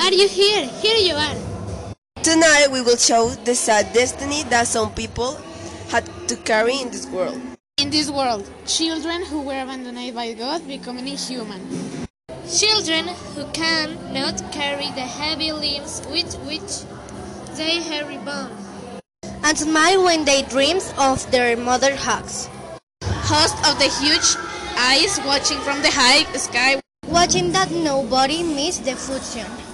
are you here? Here you are. Tonight we will show the sad destiny that some people had to carry in this world. In this world, children who were abandoned by God becoming human. Children who can not carry the heavy limbs with which they are reborn. and smile when they dreams of their mother hugs. Host of the huge eyes watching from the high sky. Watching that nobody miss the fusion.